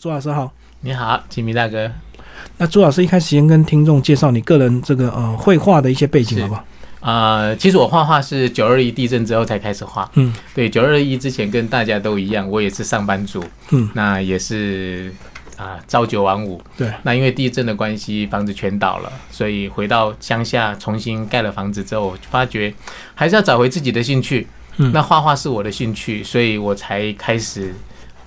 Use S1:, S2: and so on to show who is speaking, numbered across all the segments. S1: 朱老师好，
S2: 你好，吉米大哥。
S1: 那朱老师一开始先跟听众介绍你个人这个呃绘画的一些背景
S2: 是
S1: 好不好？
S2: 呃，其实我画画是九二一地震之后才开始画。
S1: 嗯，
S2: 对，九二一之前跟大家都一样，我也是上班族。
S1: 嗯，
S2: 那也是啊、朝九晚五。
S1: 对。
S2: 那因为地震的关系，房子全倒了，所以回到乡下重新盖了房子之后，我发觉还是要找回自己的兴趣。
S1: 嗯
S2: 那画画是我的兴趣，所以我才开始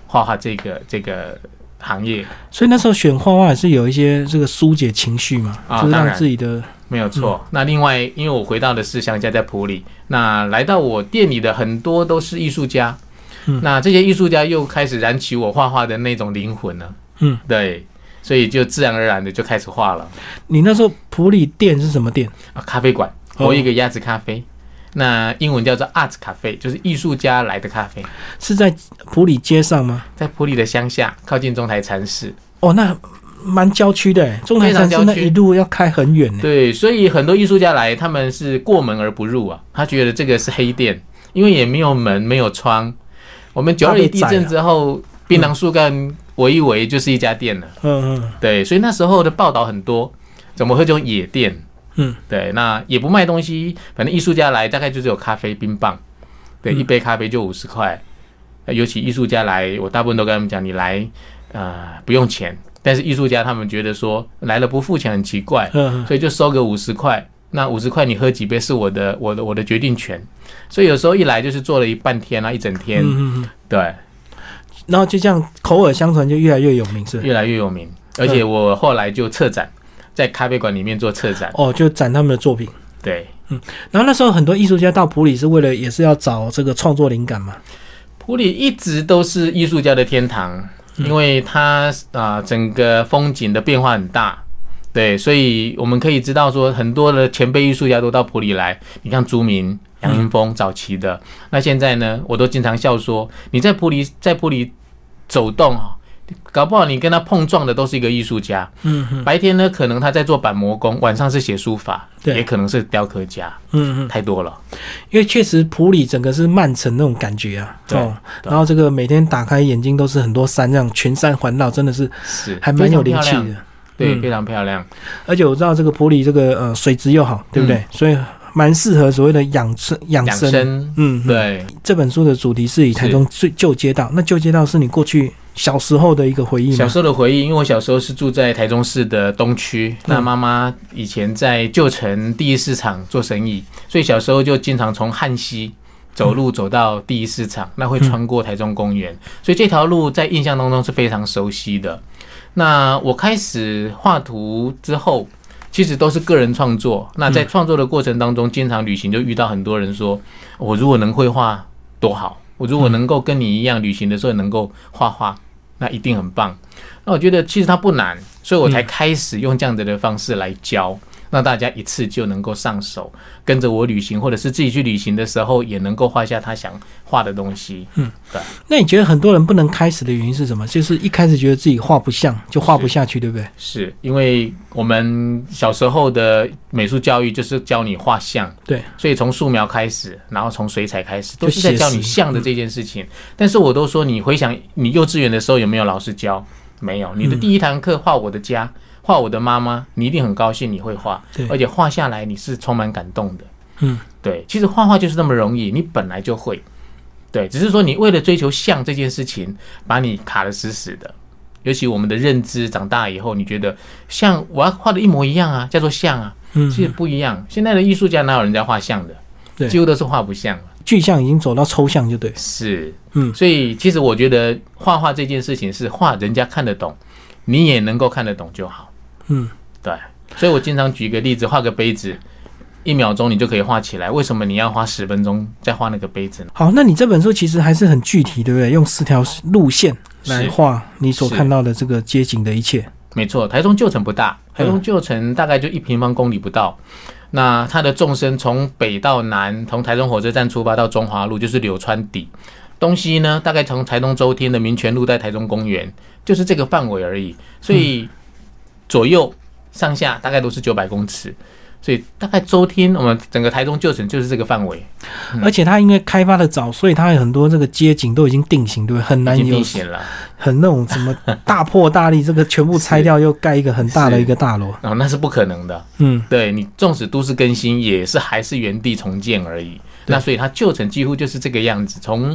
S2: 画画这个这个行业。
S1: 所以那时候选画画也是有一些这个疏解情绪嘛，
S2: 啊
S1: 就是
S2: 当
S1: 让
S2: 然
S1: 自己的
S2: 没有错。嗯那另外，因为我回到的是乡下，在普里，那来到我店里的很多都是艺术家，
S1: 嗯
S2: 那这些艺术家又开始燃起我画画的那种灵魂了。
S1: 嗯，
S2: 对，所以就自然而然的就开始画了。
S1: 你那时候普里店是什么店？
S2: 啊，咖啡馆，
S1: 哦
S2: 我有一个鸭子咖啡。那英文叫做 Art Cafe，就是艺术家来的咖啡，
S1: 是在普里街上吗？
S2: 在普里的乡下，靠近中台禅寺。
S1: 哦，那蛮郊区的欸，中台山是
S2: 非常
S1: 那
S2: 郊区
S1: 一路要开很远呢。
S2: 对，所以很多艺术家来，他们是过门而不入啊，他觉得这个是黑店，因为也没有门，没有窗。我们九
S1: 怕
S2: 二
S1: 被
S2: 一
S1: 宰
S2: 地
S1: 啊
S2: 震之后，槟榔树干围一围就是一家店了。
S1: 嗯嗯，
S2: 对，所以那时候的报道很多，怎么会这种野店？
S1: 嗯，
S2: 对，那也不卖东西，反正艺术家来大概就只有咖啡、冰棒，对，
S1: 嗯
S2: 一杯咖啡就五十块。呃尤其艺术家来，我大部分都跟他们讲，你来，呃，不用钱。但是艺术家他们觉得说来了不付钱很奇怪，
S1: 嗯嗯，
S2: 所以就收个五十块。那五十块你喝几杯是我的我的我的决定权，所以有时候一来就是做了一半天啊，一整天，
S1: 嗯嗯，
S2: 对，
S1: 嗯然后就这样口耳相传，就越来越有名是吧。
S2: 越来越有名。而且我后来就策展，在咖啡馆里面做策展，
S1: 哦，就展他们的作品。
S2: 对。
S1: 然后那时候很多艺术家到普里是为了也是要找这个创作灵感嘛。
S2: 普里一直都是艺术家的天堂，
S1: 嗯
S2: 因为它啊、呃整个风景的变化很大，对，所以我们可以知道说，很多的前辈艺术家都到普里来。你看朱
S1: 嗯
S2: 明、杨云峰早期的，那现在呢，我都经常笑说，你在普里在普里走动啊。搞不好你跟他碰撞的都是一个艺术家。
S1: 嗯嗯
S2: 白天呢，可能他在做板模工，晚上是写书法，
S1: 对
S2: 也可能是雕刻家，
S1: 嗯嗯。
S2: 太多了。
S1: 因为确实普里整个是曼城那种感觉啊，
S2: 对
S1: 哦，
S2: 对
S1: 然后这个每天打开眼睛都是很多山，这样群山环绕，真的是
S2: 是，
S1: 还蛮有
S2: 非
S1: 灵
S2: 常
S1: 气
S2: 漂亮。
S1: 的。
S2: 对，
S1: 嗯
S2: 非常漂亮。
S1: 而且我知道这个普里这个呃水质又好，对不对？所以蛮适合所谓的养生养
S2: 嗯养
S1: 生。
S2: 生，
S1: 嗯，嗯。
S2: 对。
S1: 这本书的主题是以台中最旧街道，那旧街道是你过去小时候的一个回忆
S2: 小
S1: 吗？
S2: 时候的回忆，因为我小时候是住在台中市的东区，
S1: 嗯
S2: 那妈妈以前在旧城第一市场做生意，所以小时候就经常从汉西走路走到第一市
S1: 嗯
S2: 场，那会穿过台中公园，所以这条路在印象当中是非常熟悉的。那我开始画图之后，其实都是个人创作。那在创作的过程当中，经常旅行就遇到很多人说，我如果能绘画多好，我
S1: 嗯
S2: 如果能够跟你一样旅行的时候能够画画，那一定很棒。那我觉得其实它不难，所以我才开始用这样子的方式来教，让大家一次就能够上手，跟着我旅行，或者是自己去旅行的时候也能够画下他想画的东西。
S1: 那你觉得很多人不能开始的原因是什么？就是一开始觉得自己画不像，就画不下去，对不对？
S2: 是因为我们小时候的美术教育就是教你画像，
S1: 对，
S2: 所以从素描开始，然后从水彩开始，都
S1: 就是
S2: 在
S1: 写
S2: 教
S1: 实
S2: 你像的这件事情。但是我都说，你回想你幼稚园的时候有没有老师教？没有，你的第一堂课画我的家，画我的妈妈，你一定很高兴，你会画
S1: 对，
S2: 而且画下来你是充满感动的。
S1: 嗯，
S2: 对，其实画画就是那么容易，你本来就会。对，只是说你为了追求像这件事情，把你卡得死死的。尤其我们的认知长大以后，你觉得像我要画的一模一样啊，叫做像啊，
S1: 嗯，
S2: 其实不一样。现在的艺术家哪有人家画像
S1: 对
S2: 的，几乎都是画不像。
S1: 具象已经走到抽象，就对。
S2: 是，
S1: 嗯
S2: 所以其实我觉得画画这件事情是画人家看得懂，你也能够看得懂就好。
S1: 嗯，
S2: 对。所以我经常举一个例子，画个杯子，一秒钟你就可以画起来，为什么你要花十分钟再画那个杯子呢？
S1: 好，那你这本书其实还是很具体，对不对？用四条路线来
S2: 嗯是
S1: 画你所
S2: 是
S1: 看到的这个街景的一切。
S2: 没错，台中旧城不大，
S1: 嗯
S2: 台中旧城大概就一平方公里不到。那它的纵深从北到南，从台中火车站出发到中华路，就是柳川底。东西呢，大概从台东周天的民权路到台中公园，就是这个
S1: 嗯
S2: 范围而已。所以左右上下大概都是九百公尺。所以大概周天，我们整个台中旧城就是这个范围，
S1: 而且它因为开发的早，所以它有很多这个街景都已经定型，对不对？很难
S2: 已经
S1: 有
S2: 避险了。
S1: 很那种什么大破大立，这个全部拆掉又盖一个很大的
S2: 是
S1: 一个大楼。
S2: 然后哦那是不可能的。
S1: 嗯，
S2: 对你，纵使都市更新，也是还是原地重建而已。
S1: 对
S2: 那所以它旧城几乎就是这个样子，从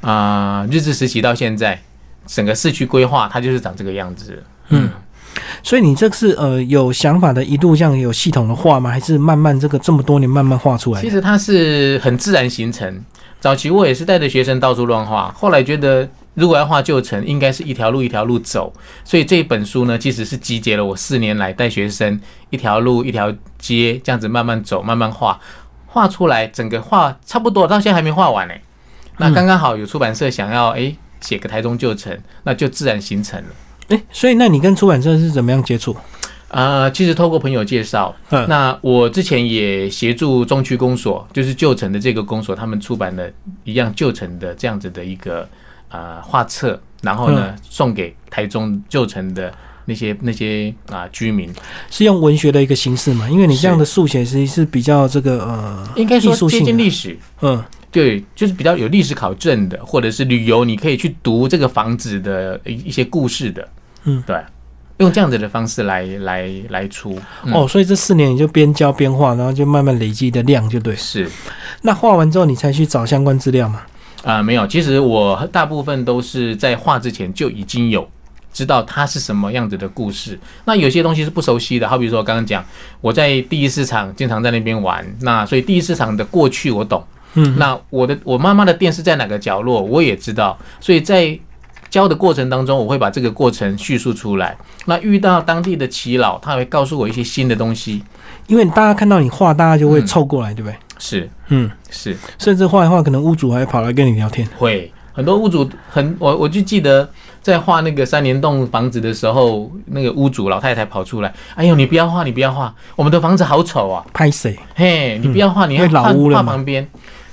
S2: 啊、呃日治时期到现在，整个市区规划它就是长这个样子。
S1: 嗯所以你这是呃有想法的，一度这样有系统的画吗？还是慢慢这个这么多年慢慢画出来的？
S2: 其实它是很自然形成。早期我也是带着学生到处乱画，后来觉得如果要画旧城，应该是一条路一条路走。所以这一本书呢，其实是集结了我四年来带学生一条路一条街这样子慢慢走，慢慢画，画出来整个画差不多，到现在还没画完呢、那刚刚好有出版社想要诶写个台中旧城，那就自然形成了。
S1: 诶，所以那你跟出版社是怎么样接触？
S2: 呃，其实透过朋友介绍，
S1: 嗯
S2: 那我之前也协助中区公所，就是旧城的这个公所，他们出版了一样旧城的这样子的一个呃画册，然后呢、送给台中旧城的那些那些啊、居民，
S1: 是用文学的一个形式嘛？因为你这样的速写其实是比较这个呃，
S2: 应该
S1: 说
S2: 说接
S1: 接近
S2: 近历史。
S1: 嗯，
S2: 对，就是比较有历史考证的，或者是旅游，你可以去读这个房子的一一些故事的，
S1: 嗯，
S2: 对，用这样子的方式来来来出，嗯
S1: 哦，所以这四年你就边教边画，然后就慢慢累积的量就对。
S2: 是，
S1: 那画完之后，你才去找相关资料嘛？
S2: 啊、没有，其实我大部分都是在画之前就已经有知道它是什么样子的故事。那有些东西是不熟悉的，好比说我刚刚讲，我在第一市场经常在那边玩，那所以第一市场的过去我懂。
S1: 嗯，
S2: 那我的我妈妈的店是在哪个角落，我也知道，所以在。教的过程当中，我会把这个过程叙述出来。那遇到当地的耆老，他会告诉我一些新的东西。
S1: 因为大家看到你画，大家就会凑过来，对不对？
S2: 是
S1: 嗯，
S2: 是，
S1: 甚至画一画，可能屋主还跑来跟你聊天。
S2: 会很多屋主很我我就记得在画那个三联栋房子的时候，那个屋主老太太跑出来，哎呦你不要画你不要画，我们的房子好丑啊，
S1: 拍谁？
S2: 嘿你不要画，你要
S1: 因为嗯老
S2: 画
S1: 屋了
S2: 画
S1: 嘛
S2: 旁边。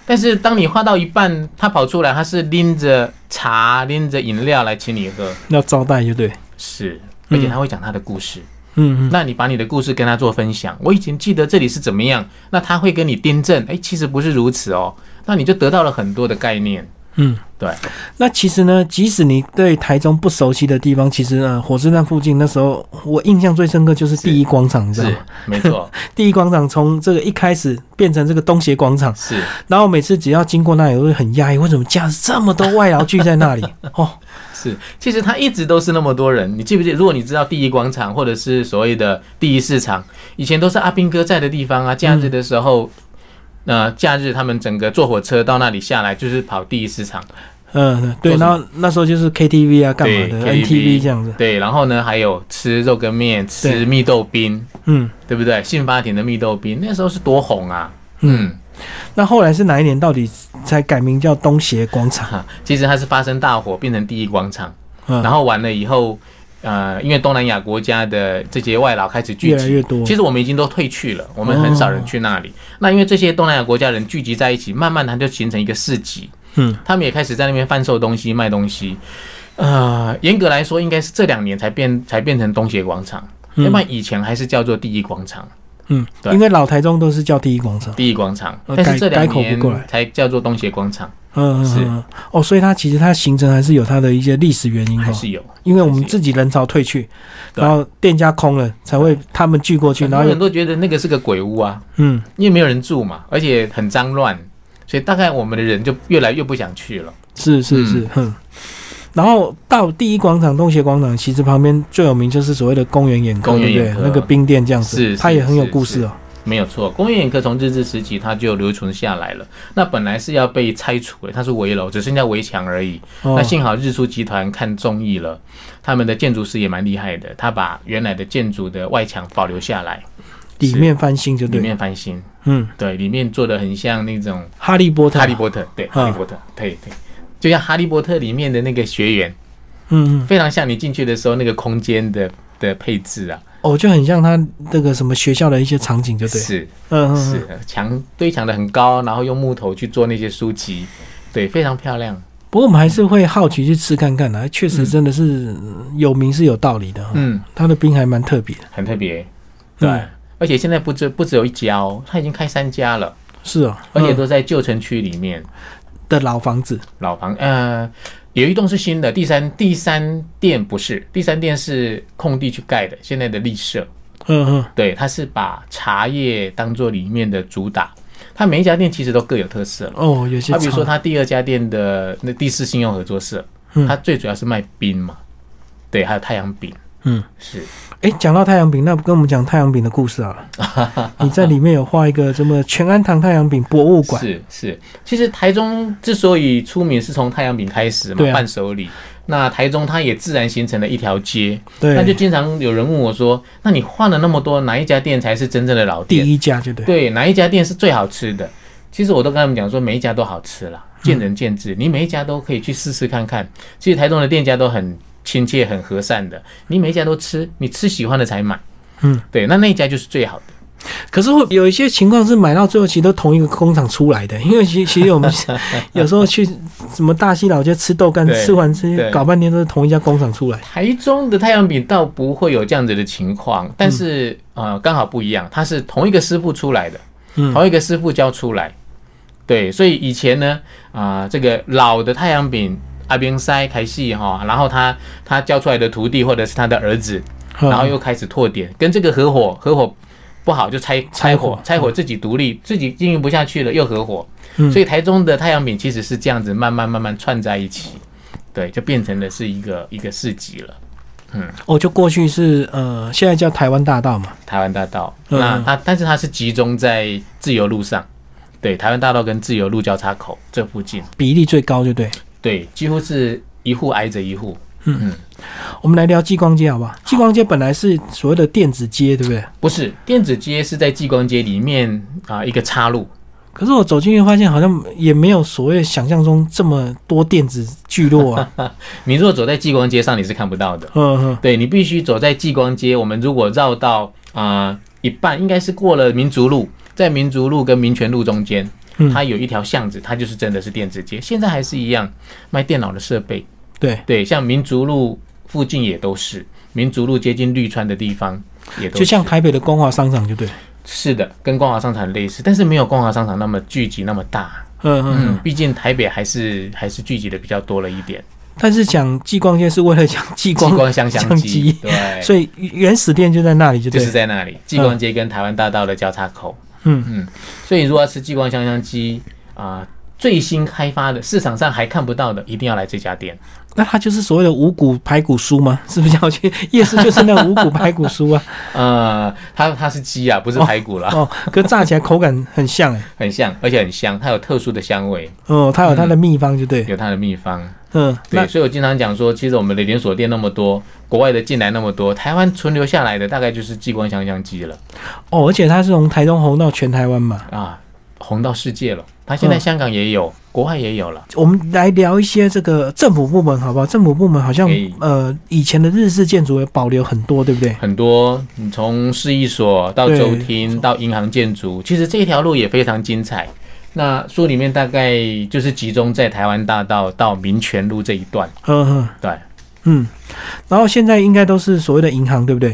S2: 但是当你画到一半，他跑出来，他是拎着茶拎着饮料来请你喝，
S1: 要招待就对。
S2: 是，而
S1: 嗯
S2: 且他会讲他的故事。
S1: 嗯嗯，
S2: 那你把你的故事跟他做分享。我以前记得这里是怎么样，那他会跟你订正，哎，其实不是如此哦，那你就得到了很多的概念。
S1: 嗯，
S2: 对。
S1: 那其实呢，即使你对台中不熟悉的地方，其实呃，火车站附近那时候我印象最深刻就是第一广场，你知道
S2: 是
S1: 吗？，
S2: 没错，
S1: 第一广场从这个一开始变成这个东协广场，
S2: 是。
S1: 然后每次只要经过那里，我会很压抑，为什么假日这么多外劳聚在 那里？哦，
S2: 是，其实它一直都是那么多人。你记不记得？如果你知道第一广场或者是所谓的第一市场，以前都是阿兵哥在的地方啊。假日的时候，呃，假日他们整个坐火车到那里下来，就是跑第一市场。
S1: 嗯、对，
S2: 做什
S1: 然
S2: 么
S1: 后那时候就是 KTV 啊，干嘛的
S2: 对
S1: NTV 这样子，
S2: 对，然后呢，还有吃肉羹面，
S1: 对
S2: 吃蜜豆冰，
S1: 嗯
S2: 对不对？信发亭的蜜豆冰，那时候是多红啊！
S1: 嗯。
S2: 嗯，
S1: 那后来是哪一年？到底才改名叫东协广场？
S2: 哈，其实它是发生大火，变成第一广场。
S1: 嗯，
S2: 然后完了以后，呃，因为东南亚国家的这些外劳开始聚集，
S1: 越来越多
S2: 其实我们已经都退去
S1: 哦
S2: 了，我们很少人去那里。那因为这些东南亚国家人聚集在一起，慢慢它就形成一个市集，
S1: 嗯
S2: 他们也开始在那边贩售东西、卖东西。呃，
S1: 哎
S2: 严格来说，应该是这两年才变才变成东协广场，
S1: 嗯
S2: 要不然以前还是叫做第一广场、
S1: 嗯，
S2: 对
S1: 因为老台中都是叫第一广场。
S2: 第一广场，
S1: 呃
S2: 但
S1: 改
S2: 是这
S1: 改
S2: 两
S1: 口不过来
S2: 年才叫做东协广场，
S1: 嗯，嗯
S2: 是
S1: 嗯哦，所以它其实它形成还是有它的一些历史原因
S2: 还
S1: 哈，
S2: 是有。
S1: 因为我们自己人潮退去，
S2: 对
S1: 然后店家空了，才会他们聚过去，
S2: 很
S1: 然
S2: 多
S1: 后
S2: 人
S1: 又
S2: 都觉得那个是个鬼屋啊，
S1: 嗯，
S2: 因为没有人住嘛，而且很脏乱，所以大概我们的人就越来越不想去了。
S1: 是是
S2: 嗯
S1: 是，哼。然后到第一广场、东协广场，其实旁边最有名就是所谓的公园眼科，
S2: 公园
S1: 对不
S2: 眼
S1: 对？
S2: 科
S1: 那个冰店这样子，
S2: 是
S1: 它也很有
S2: 是
S1: 故事哦。
S2: 没有错，公园眼科从日治时期它就留存下来了。那本来是要被拆除的，它是围楼，只剩下围墙而已。那
S1: 哦，
S2: 幸好日出集团看中意了，他们的建筑师也蛮厉害的，他把原来的建筑的外墙保留下来，
S1: 里面翻新就
S2: 里
S1: 对，
S2: 面翻新，
S1: 嗯，
S2: 对，里面做的很像那种
S1: 哈利波特，
S2: 哈利，波特，对，哈利波特，对对，就像哈利波特里面的那个学员，
S1: 嗯嗯，
S2: 非常像你进去的时候那个空间的的配置啊，
S1: 哦，就很像它那个什么学校的一些场景，就对，
S2: 是。
S1: 嗯嗯嗯，
S2: 是墙堆墙的很高，然后用木头去做那些书籍，对，非常漂亮。
S1: 不过我们还是会好奇去吃看看的、确实真的嗯是、嗯有名是有道理的、哦，
S2: 嗯，
S1: 它的冰还蛮特别的。
S2: 很特别。对，
S1: 嗯
S2: 而且现在不只不只有一家哦，他已经开三家了，
S1: 是哦，
S2: 而且
S1: 嗯
S2: 都在旧城区里面。
S1: 的老房子，
S2: 老房，呃，有一栋是新的，第三第三店不是，第三店是空地去盖的，现在的立社，
S1: 嗯嗯，
S2: 对，它是把茶叶当做里面的主打，它每一家店其实都各有特色了。
S1: 哦，有些
S2: 它比如说
S1: 厂
S2: 它第二家店的那第四信用合作社，
S1: 嗯
S2: 它最主要是卖冰嘛，对，还有太阳饼，
S1: 嗯，
S2: 是
S1: 哎，讲到太阳饼，那跟我们讲太阳饼的故事好了。 你在里面有画一个什么全安堂太阳饼博物馆？
S2: 是是，其实台中之所以出名是从太阳饼开始嘛，
S1: 对啊
S2: 伴手礼。那台中它也自然形成了一条街，那
S1: 对，
S2: 就经常有人问我说：“那你换了那么多，哪一家店才是真正的老
S1: 第
S2: 店？
S1: 一家就对。
S2: 对，哪一家店是最好吃的？”其实我都跟他们讲说，每一家都好吃啦，
S1: 嗯
S2: 见仁见智，你每一家都可以去试试看看。其实台中的店家都很亲切、很和善的，你每一家都吃，你吃喜欢的才买。
S1: 嗯，
S2: 对，那那一家就是最好的。
S1: 可是会有一些情况是买到最后其实都同一个工厂出来 的，因为其其实我们有时候去什么大溪老街吃豆干，
S2: 对
S1: 吃完吃
S2: 对
S1: 搞半天都是同一家工厂出来。
S2: 台中的太阳饼倒不会有这样子的情况，但是、呃，刚好不一样，它是同一个师傅出来的，
S1: 嗯
S2: 同一个师傅教出来。对，所以以前呢，啊、这个老的太阳饼阿兵塞开戏哈，然后他他教出来的徒弟或者是他的儿子，
S1: 嗯
S2: 然后又开始拓点，跟这个合伙，合伙不好就拆
S1: 拆
S2: 拆
S1: 伙
S2: 伙，拆伙自己独立，自己经营不下去了又合伙
S1: 嗯，
S2: 所以台中的太阳饼其实是这样子慢慢慢慢串在一起，对，就变成了是一个一个市集了。
S1: 哦，就过去是呃，现在叫台湾大道嘛。
S2: 台湾大道，
S1: 嗯
S2: 那它但是它是集中在自由路上，对，台湾大道跟自由路交叉口这附近，
S1: 比例最高，对不对？
S2: 对，几乎是一户挨着一户，
S1: 我们来聊激光街好不好？激光街本来是所谓的电子街，对不对？
S2: 不是电子街是在济光街里面啊、一个岔路，
S1: 可是我走进去发现，好像也没有所谓想象中这么多电子聚落 啊。
S2: 你如果走在济光街上你是看不到的，
S1: 嗯嗯，
S2: 对你必须走在济光街，我们如果绕到啊、一半，应该是过了民族路，在民族路跟民权路中间
S1: 嗯。
S2: 它有一条巷子，它就是真的是电子街，现在还是一样卖电脑的设备，
S1: 对，
S2: 对，像民族路附近也都是，民族路接近绿川的地方也都。
S1: 就是像台北的光华商场，就对。
S2: 是的，跟光华商场类似，但是没有光华商场那么聚集那么大。
S1: 嗯嗯。
S2: 嗯，毕竟台北还是还是聚集的比较多了一点。
S1: 但是讲激光街是为了讲激
S2: 激
S1: 光，
S2: 光香香
S1: 相机
S2: 机，对，
S1: 所以原始店就在那里，就
S2: 就
S1: 对。
S2: 是在那里，激光街跟台湾大道的交叉口。
S1: 嗯
S2: 嗯，所以如果要吃激光香香鸡啊、最新开发的市场上还看不到的，一定要来这家店。
S1: 那它就是所谓的五谷排骨酥吗？是不是要去夜市就是那五谷排骨酥 啊？
S2: 呃，它它是鸡啊，不是排骨啦，
S1: 哦，可炸起来口感很像哎、
S2: 很像，而且很香，它有特殊的香味，
S1: 哦，它有它的秘方，就对。
S2: 有它的秘方。
S1: 嗯，那
S2: 嗯对，所以我经常讲说，其实我们的连锁店那么多，国外的进来那么多，台湾存留下来的大概就是激光香香鸡了
S1: 哦，而且它是从台中红到全台湾嘛。
S2: 啊，红到世界了。它现在
S1: 嗯
S2: 香港也有，国外也有了。
S1: 我们来聊一些这个政府部门好不好？政府部门好像
S2: 可以
S1: 呃以前的日式建筑也保留很多，对不对？
S2: 很多，你从市役所到
S1: 对
S2: 州厅到银行建筑，其实这条路也非常精彩。那书里面大概就是集中在台湾大道到民权路这一段，
S1: 嗯嗯
S2: 对，
S1: 嗯。然后现在应该都是所谓的银行，对不对？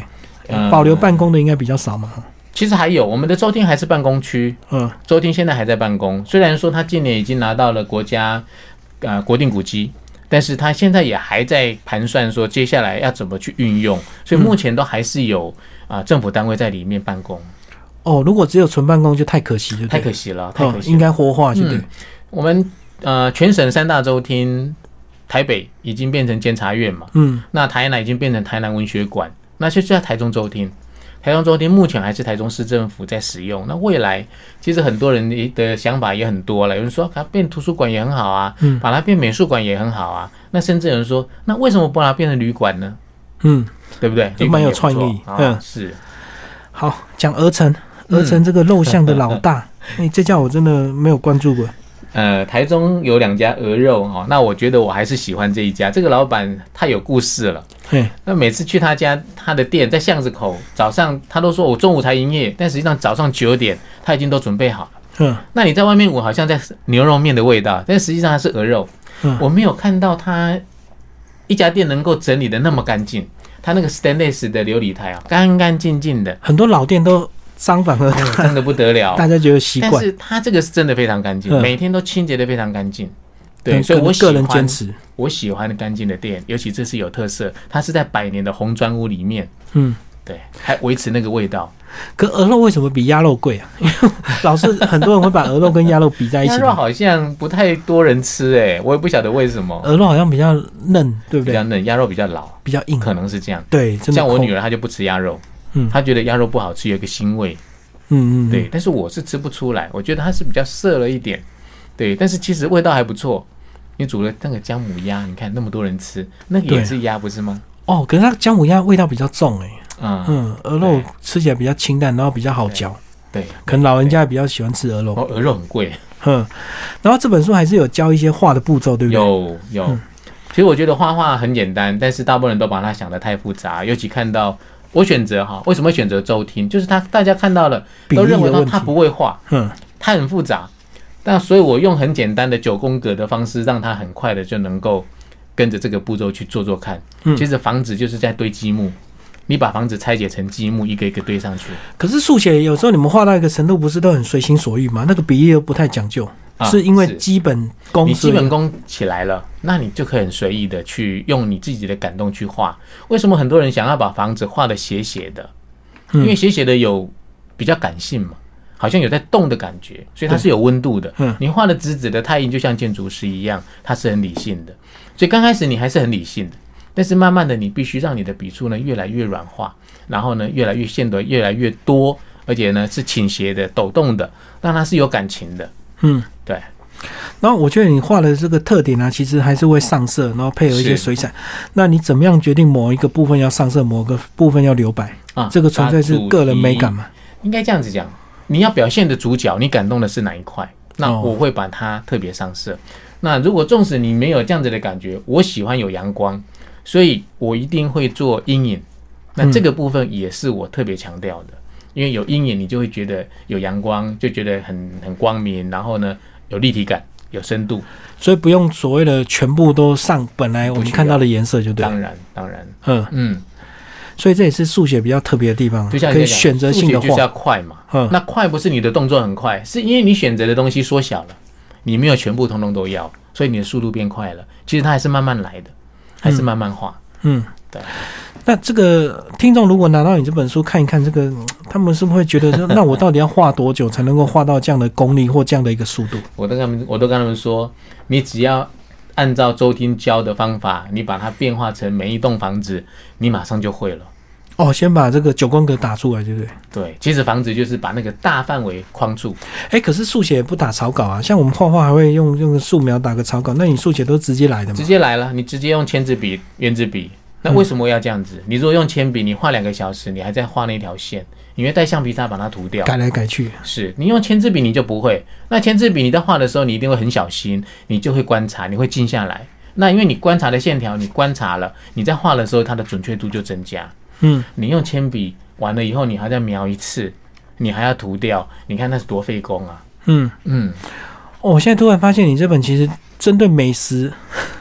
S2: 嗯
S1: 保留办公的应该比较少嘛。
S2: 其实还有我们的州厅还是办公区，
S1: 嗯
S2: 周天现在还在办公，虽然说他今年已经拿到了国家呃国定古迹，但是他现在也还在盘算说接下来要怎么去运用，所以目前都还是有啊、政府单位在里面办公，
S1: 哦，如果只有纯办公就太可惜，对不
S2: 太
S1: 对？
S2: 可惜了，太可
S1: 嗯
S2: 惜
S1: 应
S2: 了。
S1: 该活化，对不对？
S2: 嗯我们呃全省三大州厅，台北已经变成监察院嘛，
S1: 嗯
S2: 那台南已经变成台南文学馆，那就在台中州厅。台中州厅目前还是台中市政府在使用。那未来其实很多人的的想法也很多了，有人说把它变图书馆也很好啊，
S1: 嗯
S2: 把它变美术馆也很好啊。那甚至有人说，那为什么不把它变成旅馆呢？
S1: 嗯。
S2: 对不对？
S1: 就蛮有创意
S2: 旅馆也不错
S1: 嗯
S2: 啊，是
S1: 好，讲鹅城，
S2: 嗯
S1: 鹅城这个肉巷的老 大，哎、这家我真的没有关注过。
S2: 呃，台中有两家鹅肉哈、哦，那我觉得我还是喜欢这一家。这个老板太有故事了。
S1: 嘿，
S2: 那每次去他家，他的店在巷子口，早上他都说我中午才营业，但实际上早上九点他已经都准备好了。
S1: 嗯，
S2: 那你在外面闻好像在牛肉面的味道，但实际上它是鹅肉。
S1: 嗯
S2: 我没有看到他一家店能够整理的那么干净，他那个 stainless 的琉璃台啊，干干净净的。
S1: 很多老店都脏反而大
S2: 真的不 得了。
S1: 大家觉得习
S2: 但
S1: 惯，
S2: 是它这个是真的非常干净，
S1: 嗯
S2: 每天都清洁的非常干净。对，
S1: 跟
S2: 所以
S1: 跟
S2: 我喜
S1: 个人坚
S2: 欢
S1: 持，
S2: 我喜欢干净的店，尤其这是有特色，它是在百年的红砖屋里面，
S1: 嗯。
S2: 对，还维持那个味道。
S1: 可鹅肉为什么比鸭肉贵啊？ 因为老是很多人会把鹅肉跟鸭肉比在一
S2: 鸭
S1: 起
S2: 肉
S1: 嘛，
S2: 好像不太多人吃、诶，我也不晓得为什么，
S1: 鹅肉好像比较嫩，嗯对不
S2: 比
S1: 对
S2: 较？嫩，鸭肉比较老，
S1: 比较硬，
S2: 可能是这样。
S1: 对，真的
S2: 像
S1: 口
S2: 我女儿她就不吃鸭肉，
S1: 嗯
S2: 她觉得鸭肉不好吃，有一个腥味。
S1: 嗯嗯，嗯
S2: 对，，但是我是吃不出来，我觉得它是比较涩了一点，对，但是其实味道还不错。你煮了那个姜母鸭，你看那么多人吃，那个也
S1: 对
S2: 是鸭不是吗？
S1: 哦，可是它姜母鸭味道比较重哎、
S2: 嗯，
S1: 嗯，鹅肉吃起来比较清淡，然后比较好嚼，
S2: 对。
S1: 可能老人家也比较喜欢吃鹅
S2: 哦
S1: 肉，，
S2: 鹅肉很贵，
S1: 嗯，然后这本书还是有教一些画的步骤，对不对？嗯
S2: 有有。其实我觉得画画很简单，但是大部分人都把它想得太复杂，尤其看到我选择哈，为什么会选择周听？就是他大家看到了
S1: 比
S2: 都
S1: 例
S2: 认为
S1: 的
S2: 他
S1: 问题
S2: 他，不会画，
S1: 嗯，
S2: 它很复杂。那所以，我用很简单的九宫格的方式，让它很快的就能够跟着这个步骤去做做看。
S1: 嗯
S2: 其实房子就是在堆积木，你把房子拆解成积木，一个一个堆上去。
S1: 可是速写有时候你们画到一个程度，不是都很随心所欲吗？那个比例又不太讲究，
S2: 啊
S1: 是因为基本功，
S2: 你基本
S1: 所以
S2: 功起来了，那你就可以很随意的去用你自己的感动去画。为什么很多人想要把房子画的斜斜的？
S1: 嗯
S2: 因为斜斜的有比较感性嘛，好像有在动的感觉，所以它是有温度的。
S1: 嗯
S2: 你画的直直的太硬，就像建筑师一样，它是很理性的。所以刚开始你还是很理性的，但是慢慢的你必须让你的笔触呢越来越软化，然后呢越来越线的越来越多，而且呢是倾斜的、抖动的，让它是有感情的。
S1: 嗯，
S2: 对。
S1: 然后我觉得你画的这个特点啊，其实还是会上色，然后配合一些
S2: 是
S1: 水彩。那你怎么样决定某一个部分要上色，某个部分要留白？
S2: 啊，
S1: 这个纯粹是个人美
S2: 主题
S1: 感嘛。
S2: 应该这样子讲，你要表现的主角，你感动的是哪一块？那
S1: 哦
S2: 我会把它特别上色。那如果纵使你没有这样子的感觉，我喜欢有阳光，所以我一定会做阴影。那
S1: 嗯
S2: 这个部分也是我特别强调的，因为有阴影，你就会觉得有阳光，就觉得很很光明，然后呢有立体感，有深度。
S1: 所以不用所谓的全部都上本来我们看到的颜色就对了。
S2: 当然，当然，
S1: 嗯，
S2: 嗯，
S1: 所以这也是速写比较特别的地方啊，
S2: 就像你
S1: 可以
S2: 在讲
S1: 选择性的
S2: 数学就是
S1: 画。
S2: 要快嘛。
S1: 嗯
S2: 那快不是你的动作很快，是因为你选择的东西缩小了，你没有全部通通都要，所以你的速度变快了。其实它还是慢慢来的，还是慢慢画。
S1: 嗯，
S2: 对。
S1: 那这个听众如果拿到你这本书看一看，这个嗯他们是不是会觉得说，那我到底要画多久才能够画到这样的功力或这样的一个速度？
S2: 我都跟他们，我都跟他们说，你只要按照周天教的方法，你把它变化成每一栋房子，你马上就会了。
S1: 哦，先把这个九宫格打出来，对不对？
S2: 对，其实房子就是把那个大范围框住，
S1: 哎，可是速写也不打草稿啊，像我们画画还会用用个素描打个草稿，那你速写都直接来的嘛
S2: 直？接来了，你直接用签字笔、圆珠笔。那为什么要这样子？你如果用铅笔，你画两个小时，你还在画那条线，你会带橡皮擦把它涂掉。
S1: 改来改去，
S2: 是你用签字笔你就不会。那签字笔你在画的时候，你一定会很小心，你就会观察，你会静下来。那因为你观察的线条，你观察了，你在画的时候它的准确度就增加。
S1: 嗯，
S2: 你用铅笔完了以后，你还要再描一次，你还要涂掉，你看那是多费工啊！
S1: 嗯，
S2: 嗯，
S1: 哦，我现在突然发现你这本其实针对美食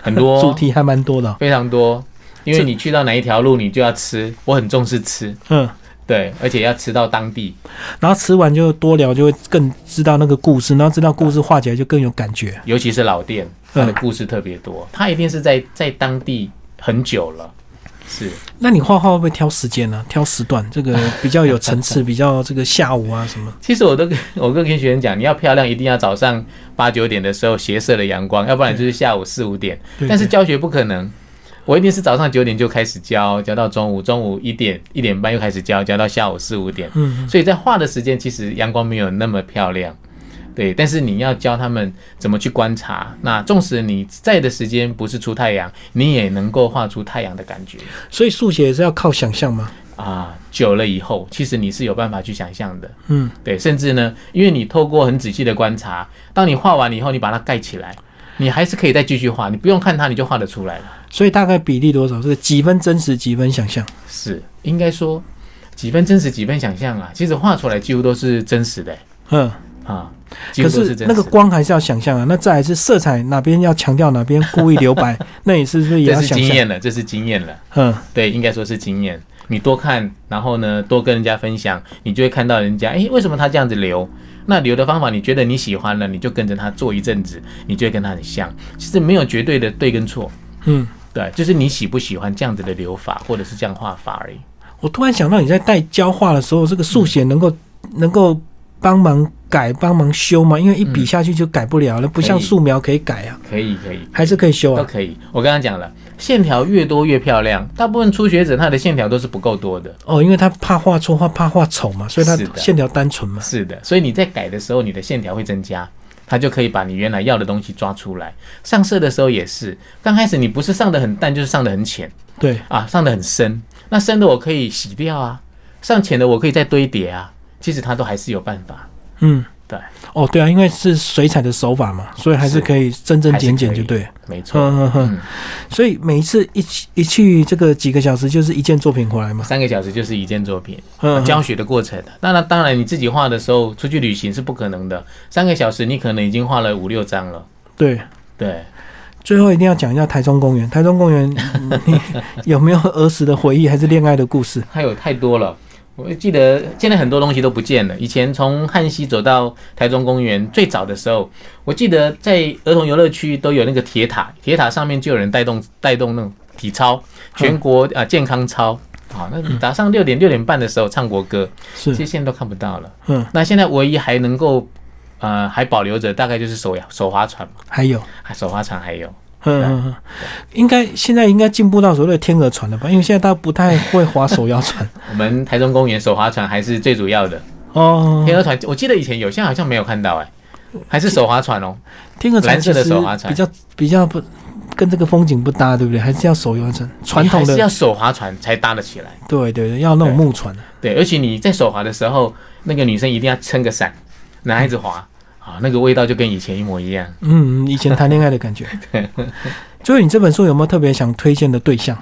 S2: 很 多
S1: 主题还蛮多的哦、
S2: 非常多，因为
S1: 这
S2: 你去到哪一条路，你就要吃。我很重视吃，
S1: 嗯，
S2: 对，而且要吃到当地。
S1: 然后吃完就多聊，就会更知道那个故事，然后知道故事画起来就更有感觉。
S2: 尤其是老店，它的故事特别多，它一定是在在当地很久了，是。
S1: 那你画画会不会挑时间呢、挑时段，这个比较有层 次，比较这个下午啊什么？
S2: 其实我都跟我都跟学生讲，你要漂亮，一定要早上八九点的时候斜射的阳光，要不然就是下午四五点。
S1: 对
S2: 但是
S1: 对
S2: 教学不可能，我一定是早上九点就开始教，教到中午，中午一点一点半又开始教，教到下午四五点。
S1: 嗯，
S2: 所以在画的时间，其实阳光没有那么漂亮。对，但是你要教他们怎么去观察。那纵使你在的时间不是出太阳，你也能够画出太阳的感觉
S1: 所以速写也是要靠想象嘛。
S2: 啊。久了以后，其实你是有办法去想象的。
S1: 嗯，
S2: 对，甚至呢，因为你透过很仔细的观察，当你画完以后，你把它盖起来，你还是可以再继续画，你不用看它，你就画得出来了。
S1: 所以大概比例多少？是几分真实，几分想象？
S2: 是，应该说几分真实，几分想象啊。其实画出来几乎都是真实的、
S1: 嗯，
S2: 啊，几
S1: 可
S2: 乎都
S1: 是
S2: 真实的。
S1: 那个光还是要想象啊。那再来是色彩哪边要强调，哪 边故意留白，那你是不是也
S2: 这
S1: 要
S2: 是
S1: 想
S2: 经
S1: 象？
S2: 验了，这是经验了。
S1: 嗯，
S2: 对，应该说是经验。你多看，然后呢多跟人家分享，你就会看到人家，诶，为什么他这样子留？那留的方法你觉得你喜欢了，你就跟着他做一阵子，你就会跟他很像。其实没有绝对的对跟错，
S1: 嗯，
S2: 对，就是你喜不喜欢这样子的留法，或者是这样画法而已。
S1: 我突然想到你在带教画的时候，这个速写能够、能够帮忙改、帮忙修吗？因为一笔下去就改不了了，不像
S2: 可以
S1: 素描可以改啊，
S2: 嗯可以，可以。
S1: 还是可以修
S2: 都
S1: 啊。
S2: 可以，我刚刚讲了，线条越多越漂亮。大部分初学者他的线条都是不够多的，
S1: 哦，因为他怕画错画，怕画丑嘛，所以他
S2: 是的
S1: 线条单纯嘛。
S2: 是的，所以你在改的时候，你的线条会增加，它就可以把你原来要的东西抓出来。上色的时候也是，刚开始你不是上的很淡，就是上的很浅
S1: 对，
S2: 啊，上的很深。那深的我可以洗掉啊，上浅的我可以再堆叠啊，其实它都还是有办法，
S1: 嗯，
S2: 对，
S1: 哦，对啊，因为是水彩的手法嘛，所以还是
S2: 是
S1: 可以真真减减就对了。
S2: 没错。
S1: 嗯嗯嗯，所以每一次一去一去这个几个小时就是一件作品回来嘛。
S2: 三个小时就是一件作品，
S1: 嗯，
S2: 教学的过程。那那当然，你自己画的时候出去旅行是不可能的，三个小时你可能已经画了五六张了。
S1: 对。
S2: 对，
S1: 最后一定要讲一下台中公园。台中公 园，嗯你有没有儿时的回忆，还是恋爱的故事？
S2: 还有太多了。我记得现在很多东西都不见了。以前从汉溪走到台中公园最早的时候，我记得在儿童游乐区都有那个铁塔，铁塔上面就有人带动带动那种体
S1: 嗯
S2: 操，全国啊、呃健康操。好，那早上六点六点半的时候唱国歌，这些
S1: 是，
S2: 现在都看不到了。
S1: 嗯，
S2: 那现在唯一还能够呃还保留着，大概就是手手划船嘛，
S1: 还有，
S2: 啊手划船还有。
S1: 嗯嗯嗯，应该现在应该进步到所谓的天鹅船了吧？因为现在大家不太会划手摇 船
S2: 我们台中公园手划船还是最主要的。
S1: 哦。
S2: 天鹅船，我记得以前有，现在好像没有看到哎、还是手划船哦。
S1: 天鹅船
S2: 蓝色
S1: 其
S2: 的
S1: 实
S2: 手划船
S1: 比较比较不跟这个风景不搭，对不对？还是要手摇船，传统
S2: 你还是要
S1: 的，
S2: 手划船才搭得起来。
S1: 对对对，要那种木船。啊
S2: 对，而且你在手划的时候，那个女生一定要撑个伞，男孩子划啊，那个味道就跟以前一模一样。
S1: 嗯，嗯以前谈恋爱的 感觉。 所以你这本书有没有特别想推荐的对象？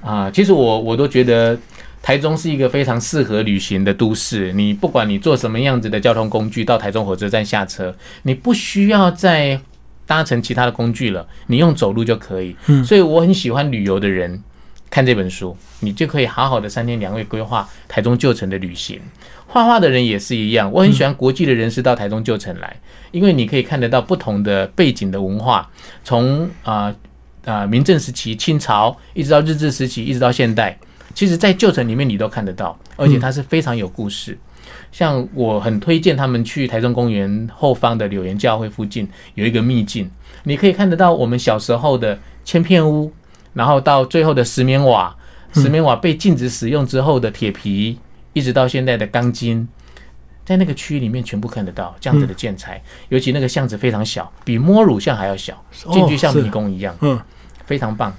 S2: 啊、其实我我都觉得台中是一个非常适合旅行的都市。你不管你坐什么样子的交通工具到台中火车站下车，你不需要再搭乘其他的工具了，你用走路就可以。
S1: 嗯
S2: 所以我很喜欢旅游的人看这本书，你就可以好好的三天两夜规划台中旧城的旅行。画画的人也是一样，我很喜欢国际的人士到台中旧城来，因为你可以看得到不同的背景的文化，从啊。呃啊、明郑时期、清朝，一直到日治时期，一直到现代，其实，在旧城里面你都看得到，而且它是非常有故事。像我很推荐他们去台中公园后方的柳岩教会附近有一个秘境，你可以看得到我们小时候的千片屋，然后到最后的石棉瓦，
S1: 嗯
S2: 石棉瓦被禁止使用之后的铁皮，一直到现在的钢筋。在那个区域里面全部看得到这样子的建材，
S1: 嗯
S2: 尤其那个巷子非常小，比摸乳巷还要小，进去像
S1: 哦是
S2: 迷宫一样。
S1: 嗯，
S2: 非常棒。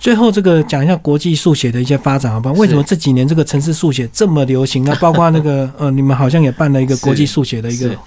S1: 最后这个讲一下国际速写的一些发展，好不好？
S2: 是
S1: 为什么这几年这个城市速写这么流行？ 那包括那个呃，你们好像也办了一个国际速写的一个
S2: 是，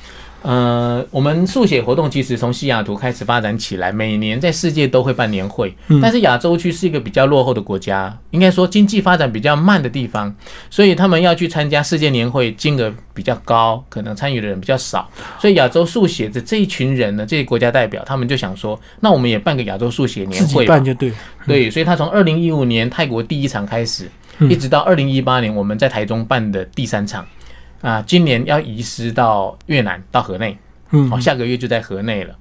S2: 呃，我们速写活动其实从西雅图开始发展起来，每年在世界都会办年会。
S1: 嗯
S2: 但是亚洲区是一个比较落后的国家，应该说经济发展比较慢的地方，所以他们要去参加世界年会，金额比较高，可能参与的人比较少。所以亚洲速写的这一群人呢，这些国家代表，他们就想说，那我们也办个亚洲速写年
S1: 自己
S2: 会吧
S1: 办。就对了。
S2: 对，所以他从二零一五年泰国第一场开始，一直到二零一八年我们在台中办的第三场，啊，今年要移师到越南，到河内，哦
S1: 嗯
S2: 好、下个月就在河内了。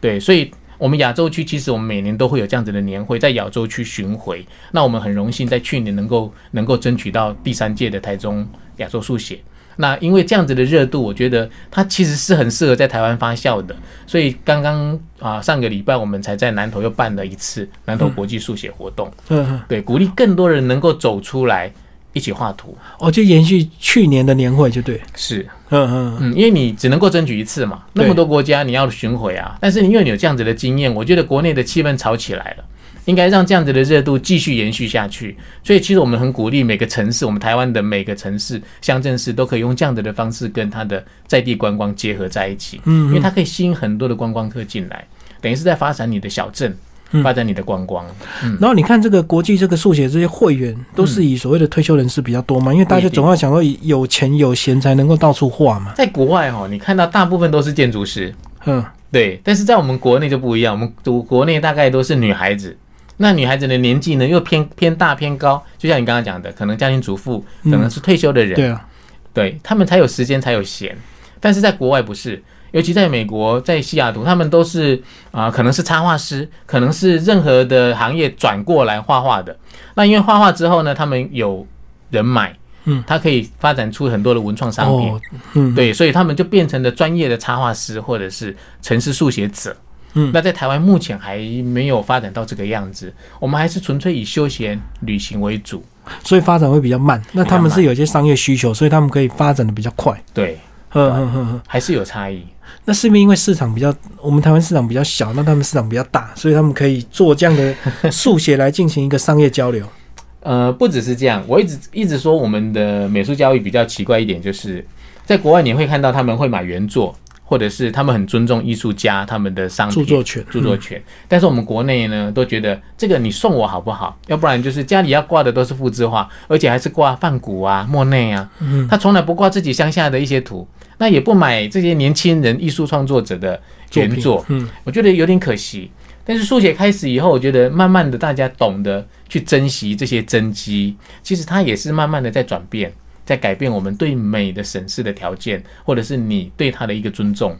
S2: 对，所以我们亚洲区其实我们每年都会有这样子的年会，在亚洲区巡回。那我们很荣幸在去年能够能够争取到第三届的台中亚洲速写。那因为这样子的热度，我觉得它其实是很适合在台湾发酵的。所以刚刚啊，上个礼拜我们才在南投又办了一次南投国际速写活动，
S1: 嗯嗯，
S2: 对，鼓励更多人能够走出来一起画图。
S1: 哦，就延续去年的年会就对。
S2: 是，
S1: 嗯嗯，
S2: 嗯，因为你只能够争取一次嘛，
S1: 对
S2: 那么多国家你要巡回啊。但是因为你有这样子的经验，我觉得国内的气氛炒起来了，应该让这样子的热度继续延续下去。所以其实我们很鼓励每个城市，我们台湾的每个城市、乡镇市都可以用这样子的方式跟它的在地观光结合在一起，
S1: 嗯
S2: 因为它可以吸引很多的观光客进来，等于是在发展你的小镇
S1: 嗯，
S2: 发展你的观光。嗯
S1: 然后你看这个国际这个速写这些会员，都是以所谓的退休人士比较多嘛，因为大家总要想说有钱有闲才能够到处画嘛。
S2: 在国外哦，你看到大部分都是建筑师，
S1: 嗯，
S2: 对，但是在我们国内就不一样，我们读国内大概都是女孩子，那女孩子的年纪呢又偏偏大偏高，就像你刚刚讲的，可能家庭主妇，可能是退休的人，
S1: 对啊，
S2: 对他们才有时间才有闲。但是在国外不是，尤其在美国，在西雅图，他们都是啊、可能是插画师，可能是任何的行业转过来画画的。那因为画画之后呢，他们有人买，
S1: 嗯，
S2: 他可以发展出很多的文创商品。
S1: 哦，嗯，
S2: 对，所以他们就变成了专业的插画师或者是城市速写者。
S1: 嗯
S2: 那在台湾目前还没有发展到这个样子，我们还是纯粹以休闲旅行为主。
S1: 所以发展会比较慢。那他
S2: 比
S1: 们
S2: 较
S1: 是有一些商业需求，所以他们可以发展的比较快。嗯
S2: 对，
S1: 呵呵呵呵，
S2: 还是有差异。
S1: 那是不是因为市场比较，我们台湾市场比较小，那他们市场比较大，所以他们可以做这样的速写来进行一个商业交流？
S2: 呃，不只是这样，我一直一直说我们的美术教育比较奇怪一点，就是在国外你会看到他们会买原作，或者是他们很尊重艺术家他们的商品
S1: 著作权
S2: 著作
S1: 嗯
S2: 权。但是我们国内呢，都觉得这个你送我好不好？要不然就是家里要挂的都是复制画，而且还是挂梵谷啊、莫内啊，
S1: 嗯
S2: 他从来不挂自己乡下的一些图，那也不买这些年轻人艺术创作者的
S1: 作
S2: 原
S1: 品
S2: 作，
S1: 嗯，
S2: 我觉得有点可惜。但是书写开始以后，我觉得慢慢的大家懂得去珍惜这些真迹，其实它也是慢慢的在转变，在改变我们对美的审视的条件，或者是你对它的一个尊重。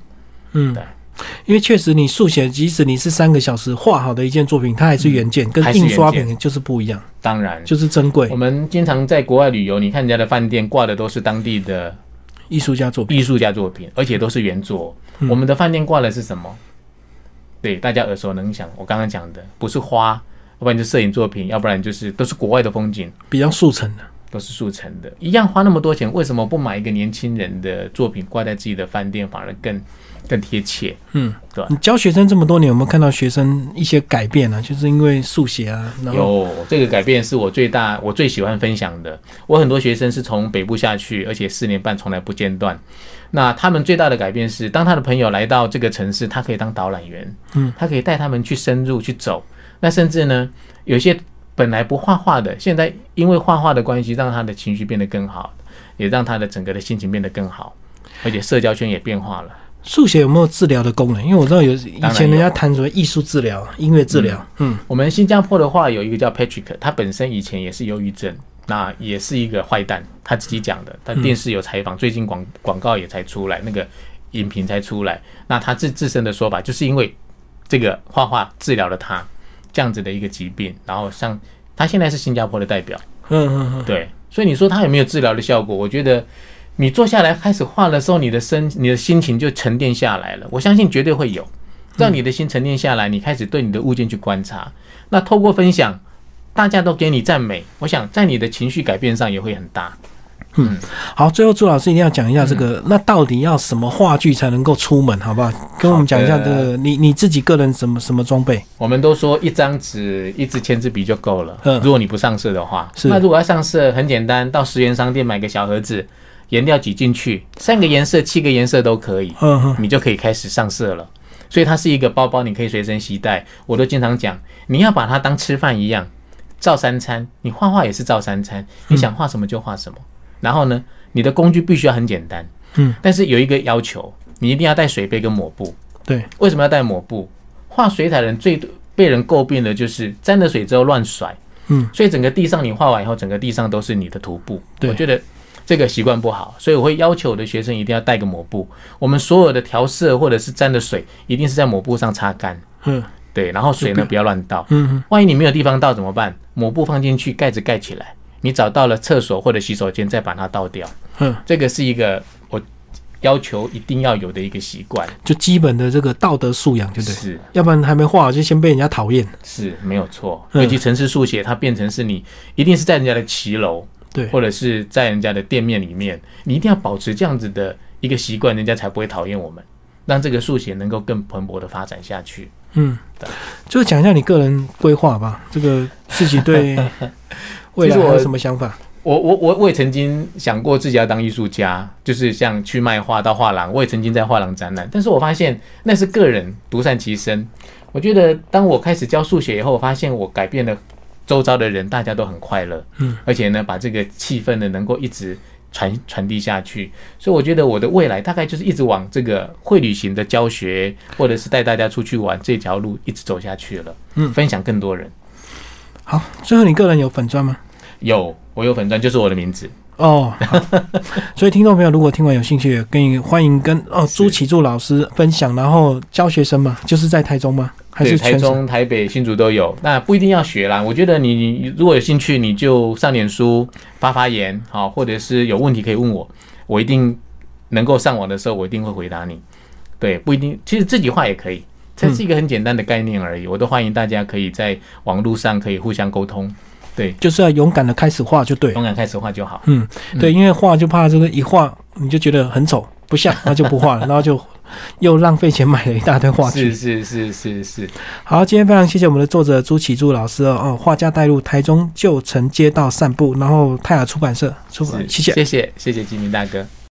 S1: 嗯
S2: 对，
S1: 因为确实你速写，即使你是三个小时画好的一件作品，它还是原件，
S2: 嗯
S1: 跟
S2: 还是
S1: 印刷
S2: 原
S1: 品就是不一样，
S2: 当然，
S1: 就是珍贵
S2: 我们经常在国外旅游，你看人家的饭店挂的都是当地的
S1: 艺术家作品。
S2: 艺术家作品，而且都是原作。我们的饭店挂的是什么？对，大家耳熟能详。我刚刚讲的不是花，要不然就是摄影作品，要不然就是都是国外的风景。
S1: 比较速成的。
S2: 都是速成的，一样花那么多钱，为什么不买一个年轻人的作品挂在自己的饭店，反而更更贴切？
S1: 嗯，
S2: 对
S1: 你教学生这么多年，有没有看到学生一些改变啊？就是因为速写啊，然后
S2: 有这个改变是我最大，我最喜欢分享的。我很多学生是从北部下去，而且四年半从来不间断。那他们最大的改变是，当他的朋友来到这个城市，他可以当导览员，
S1: 嗯，
S2: 他可以带他们去深入去走。那甚至呢，有些本来不画画的，现在因为画画的关系，让他的情绪变得更好，也让他的整个的心情变得更好，而且社交圈也变化了。
S1: 速写有没有治疗的功能？因为我知道有以
S2: 当然
S1: 前人家谈什么艺术治疗、音乐治疗，嗯，
S2: 我们新加坡的话，有一个叫 Patrick，他本身以前也是忧郁症，那也是一个坏蛋，他自己讲的。他电视有采访，最近广广告也才出来，那个影评才出来。那他自自身的说法，就是因为这个画画治疗了他这样子的一个疾病，然后像他现在是新加坡的代表，
S1: 嗯嗯嗯，
S2: 对，所以你说他有没有治疗的效果？我觉得。你坐下来开始画的时候，你的身、你的心情就沉淀下来了。我相信绝对会有，让你的心沉淀下来，你开始对你的物件去观察。那透过分享，大家都给你赞美，我想在你的情绪改变上也会很大。
S1: 好，最后朱老师一定要讲一下这
S2: 嗯
S1: 个，那到底要什么话剧才能够出门，好不好？跟我们讲一下
S2: 好
S1: 这
S2: 的
S1: 个，你你自己个人什么什么装备？
S2: 我们都说一张纸、一支签字笔就够了。
S1: 嗯
S2: 如果你不上色的话，
S1: 是
S2: 那如果要上色，很简单，到十元商店买个小盒子，颜料挤进去，三个颜色、七个颜色都可以。
S1: 嗯哼，
S2: 你就可以开始上色了。所以它是一个包包，你可以随身携带。我都经常讲，你要把它当吃饭一样，照三餐。你画画也是照三餐，你想画什么就画什么。然后呢，你的工具必须要很简单。
S1: 嗯，
S2: 但是有一个要求，你一定要带水杯跟抹布。
S1: 对，
S2: 为什么要带抹布？画水彩的人最被人诟病的就是沾了水之后乱甩。
S1: 嗯，
S2: 所以整个地上你画完以后，整个地上都是你的涂布。
S1: 对
S2: 我觉得这个习惯不好，所以我会要求我的学生一定要带个抹布。我们所有的调色或者是沾的水，一定是在抹布上擦干。
S1: 嗯
S2: 对，然后水呢不要乱倒。
S1: 嗯嗯，
S2: 万一你没有地方倒怎么办？抹布放进去，盖子盖起来。你找到了厕所或者洗手间，再把它倒掉。
S1: 嗯，
S2: 这个是一个我要求一定要有的一个习惯。
S1: 就基本的这个道德素养，对不对？
S2: 是
S1: 要不然还没画好就先被人家讨厌。
S2: 是没有错，
S1: 嗯
S2: 尤其城市速写，它变成是你一定是在人家的骑楼，
S1: 对
S2: 或者是在人家的店面里面，你一定要保持这样子的一个习惯，人家才不会讨厌我们，让这个速写能够更蓬勃的发展下去。
S1: 嗯
S2: 对，
S1: 就是讲一下你个人规划吧，这个自己 对未来还有什么想法？
S2: 我我我我也曾经想过自己要当艺术家，就是像去卖画到画廊，我也曾经在画廊展览，但是我发现那是个人独善其身。我觉得当我开始教数学以后，我发现我改变了周遭的人，大家都很快乐，
S1: 嗯，
S2: 而且呢，把这个气氛呢能够一直传传递下去，所以我觉得我的未来大概就是一直往这个会旅行的教学，或者是带大家出去玩这条路一直走下去了，
S1: 嗯
S2: 分享更多人，
S1: 好，最后你个人有粉钻吗？
S2: 有，我有粉钻，就是我的名字。
S1: 哦，好 所以听众朋友如果听完有兴趣，跟你欢迎跟哦
S2: 是
S1: 朱启柱老师分享，然后教学生嘛，就是在台中吗？还
S2: 对，
S1: 是
S2: 台
S1: 全省？
S2: 中、台北、新竹都有。那不一定要学啦，我觉得你你如果有兴趣，你就上脸书发发言，好、或者是有问题可以问我，我一定能够上网的时候，我一定会回答你。对，不一定，其实自己画也可以，这是一个很简单的概念
S1: 嗯
S2: 而已。我都欢迎大家可以在网络上可以互相沟通，对，
S1: 就是要勇敢的开始画就对了。
S2: 勇敢开始画就好。
S1: 嗯，对，因为画就怕这个一画你就觉得很丑，不像，那就不画 了，然后就又浪费钱买了一大堆画具
S2: 是。是是是是，
S1: 好，今天非常谢谢我们的作者朱启柱老师哦，哦，画家带入台中旧城街道散步，然后泰雅出版社出版，谢
S2: 是
S1: 谢。
S2: 谢谢谢谢金明大哥。